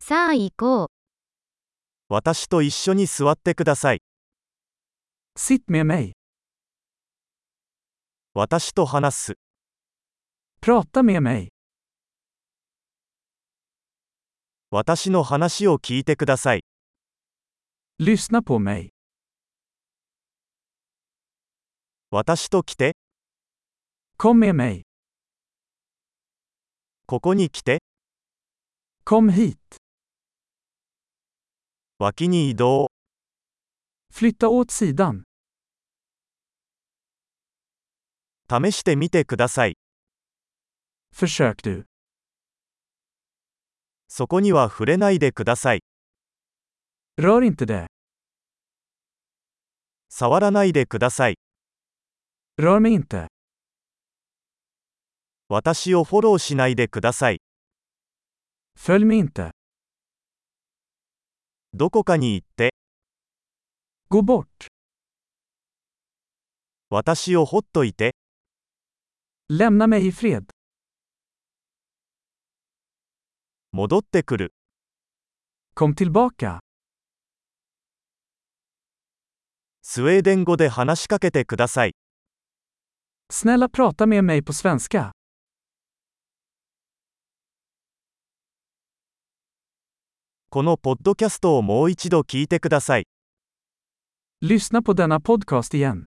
さあ行こう。私と一緒に座ってください。 Sitt med mig. 私と話す。 Prata med mig. 私の話を聞いてください。 Lyssna på mig. 私と来て、 Kom med mig. ここに来て、 Kom hit. 脇に移動。 Flytta åt sidan. 試してみてください。 Försök du. そこには触れないでください。 Rör inte det. 触らないでください。 Rör mig inte. 私をフォローしないでください。 Följ mig inte. どこかに行って、 Gå bort. 私をほっといて、 Lämna mig i fred. 戻ってくる。 Kom tillbaka. スウェーデン語で話しかけてください。 Snälla prata med mig på svenska. このポッドキャストをもう一度聞いてください。 Lyssna på denna podcast igen.